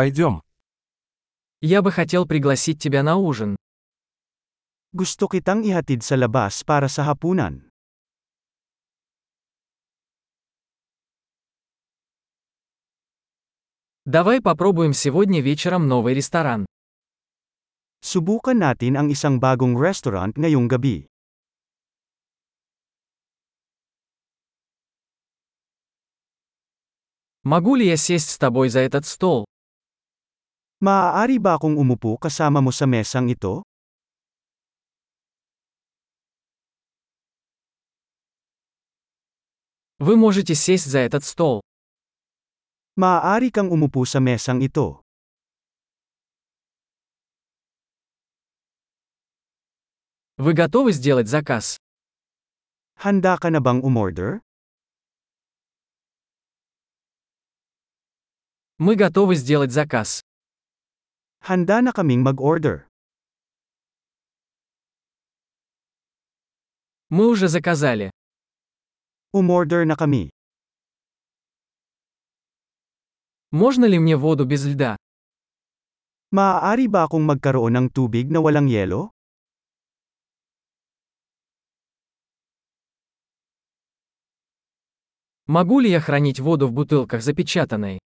Пойдем. Я бы хотел пригласить тебя на ужин. Gusto kitang ihatid sa labas para sa hapunan. Давай попробуем сегодня вечером новый ресторан. Subukan natin ang isang bagong restaurant ngayong gabi. Могу ли я сесть с тобой за этот стол? Maaari ba akong umupo kasama mo sa mesang ito? Вы можете сесть за этот стол. Maaari kang umupo sa mesang ito. Вы готовы сделать заказ? Handa ka na bang umorder? Мы готовы сделать заказ. Handa na kaming mag-order. Мы уже заказали. Umorder na kami. Можно ли мне воду без льда? Maaari ba akong magkaroon ng tubig na walang yelo? Могу ли я хранить воду в бутылках запечатанной?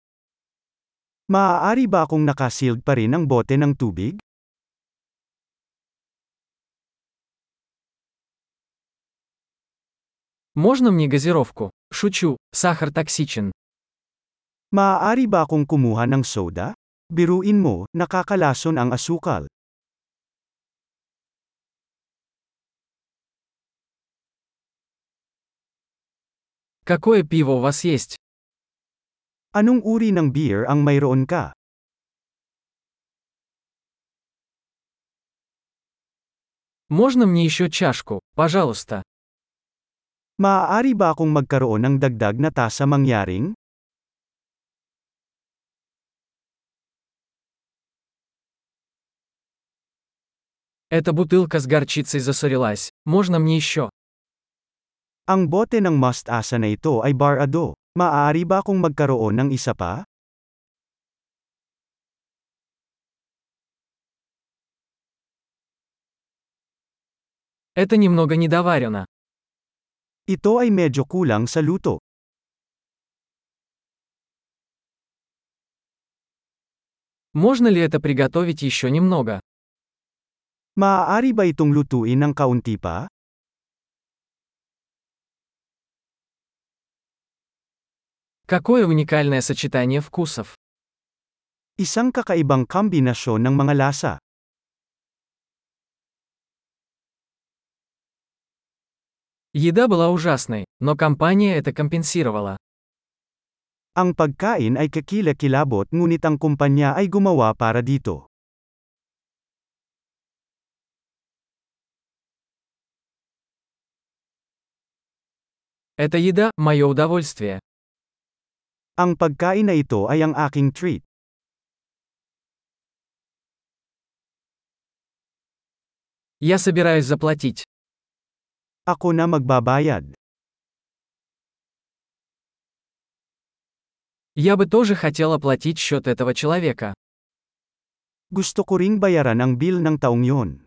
Maaari ba akong nakasealed pa rin ang bote ng tubig? Можно мне газировку? Шучу, сахар токсичен. Maaari ba akong kumuha ng soda? Biruin mo, nakakalason ang asukal. Какое пиво у вас есть? Anong uri ng beer ang mayroon ka? Можно мне еще чашку, пожалуйста? Maaari ba akong magkaroon ng dagdag na tasa mangyaring? Эта бутылка с горчицей засорилась. Можно мне еще? Ang bote ng mustasa na ito ay barado. Maaari ba akong magkaroon ng isa pa? Это немного недоварено. Ito ay medyo kulang sa luto. Можно ли это приготовить еще немного? Maaari ba itong lutuin ng kaunti pa? Какое уникальное сочетание вкусов. Isang kakaibang kombinasyon ng mga lasa. Еда была ужасной, но компания это компенсировала. Ang pagkain ay kakilakilabot ngunit ang kumpanya ay gumawa para dito. Эта еда – мое удовольствие. Ang pagkain na ito ay ang aking treat. Я собираюсь заплатить. Ako na magbabayad. Я бы тоже хотел оплатить счет этого человека. Gusto ko ring bayaran ang bill ng taong yon.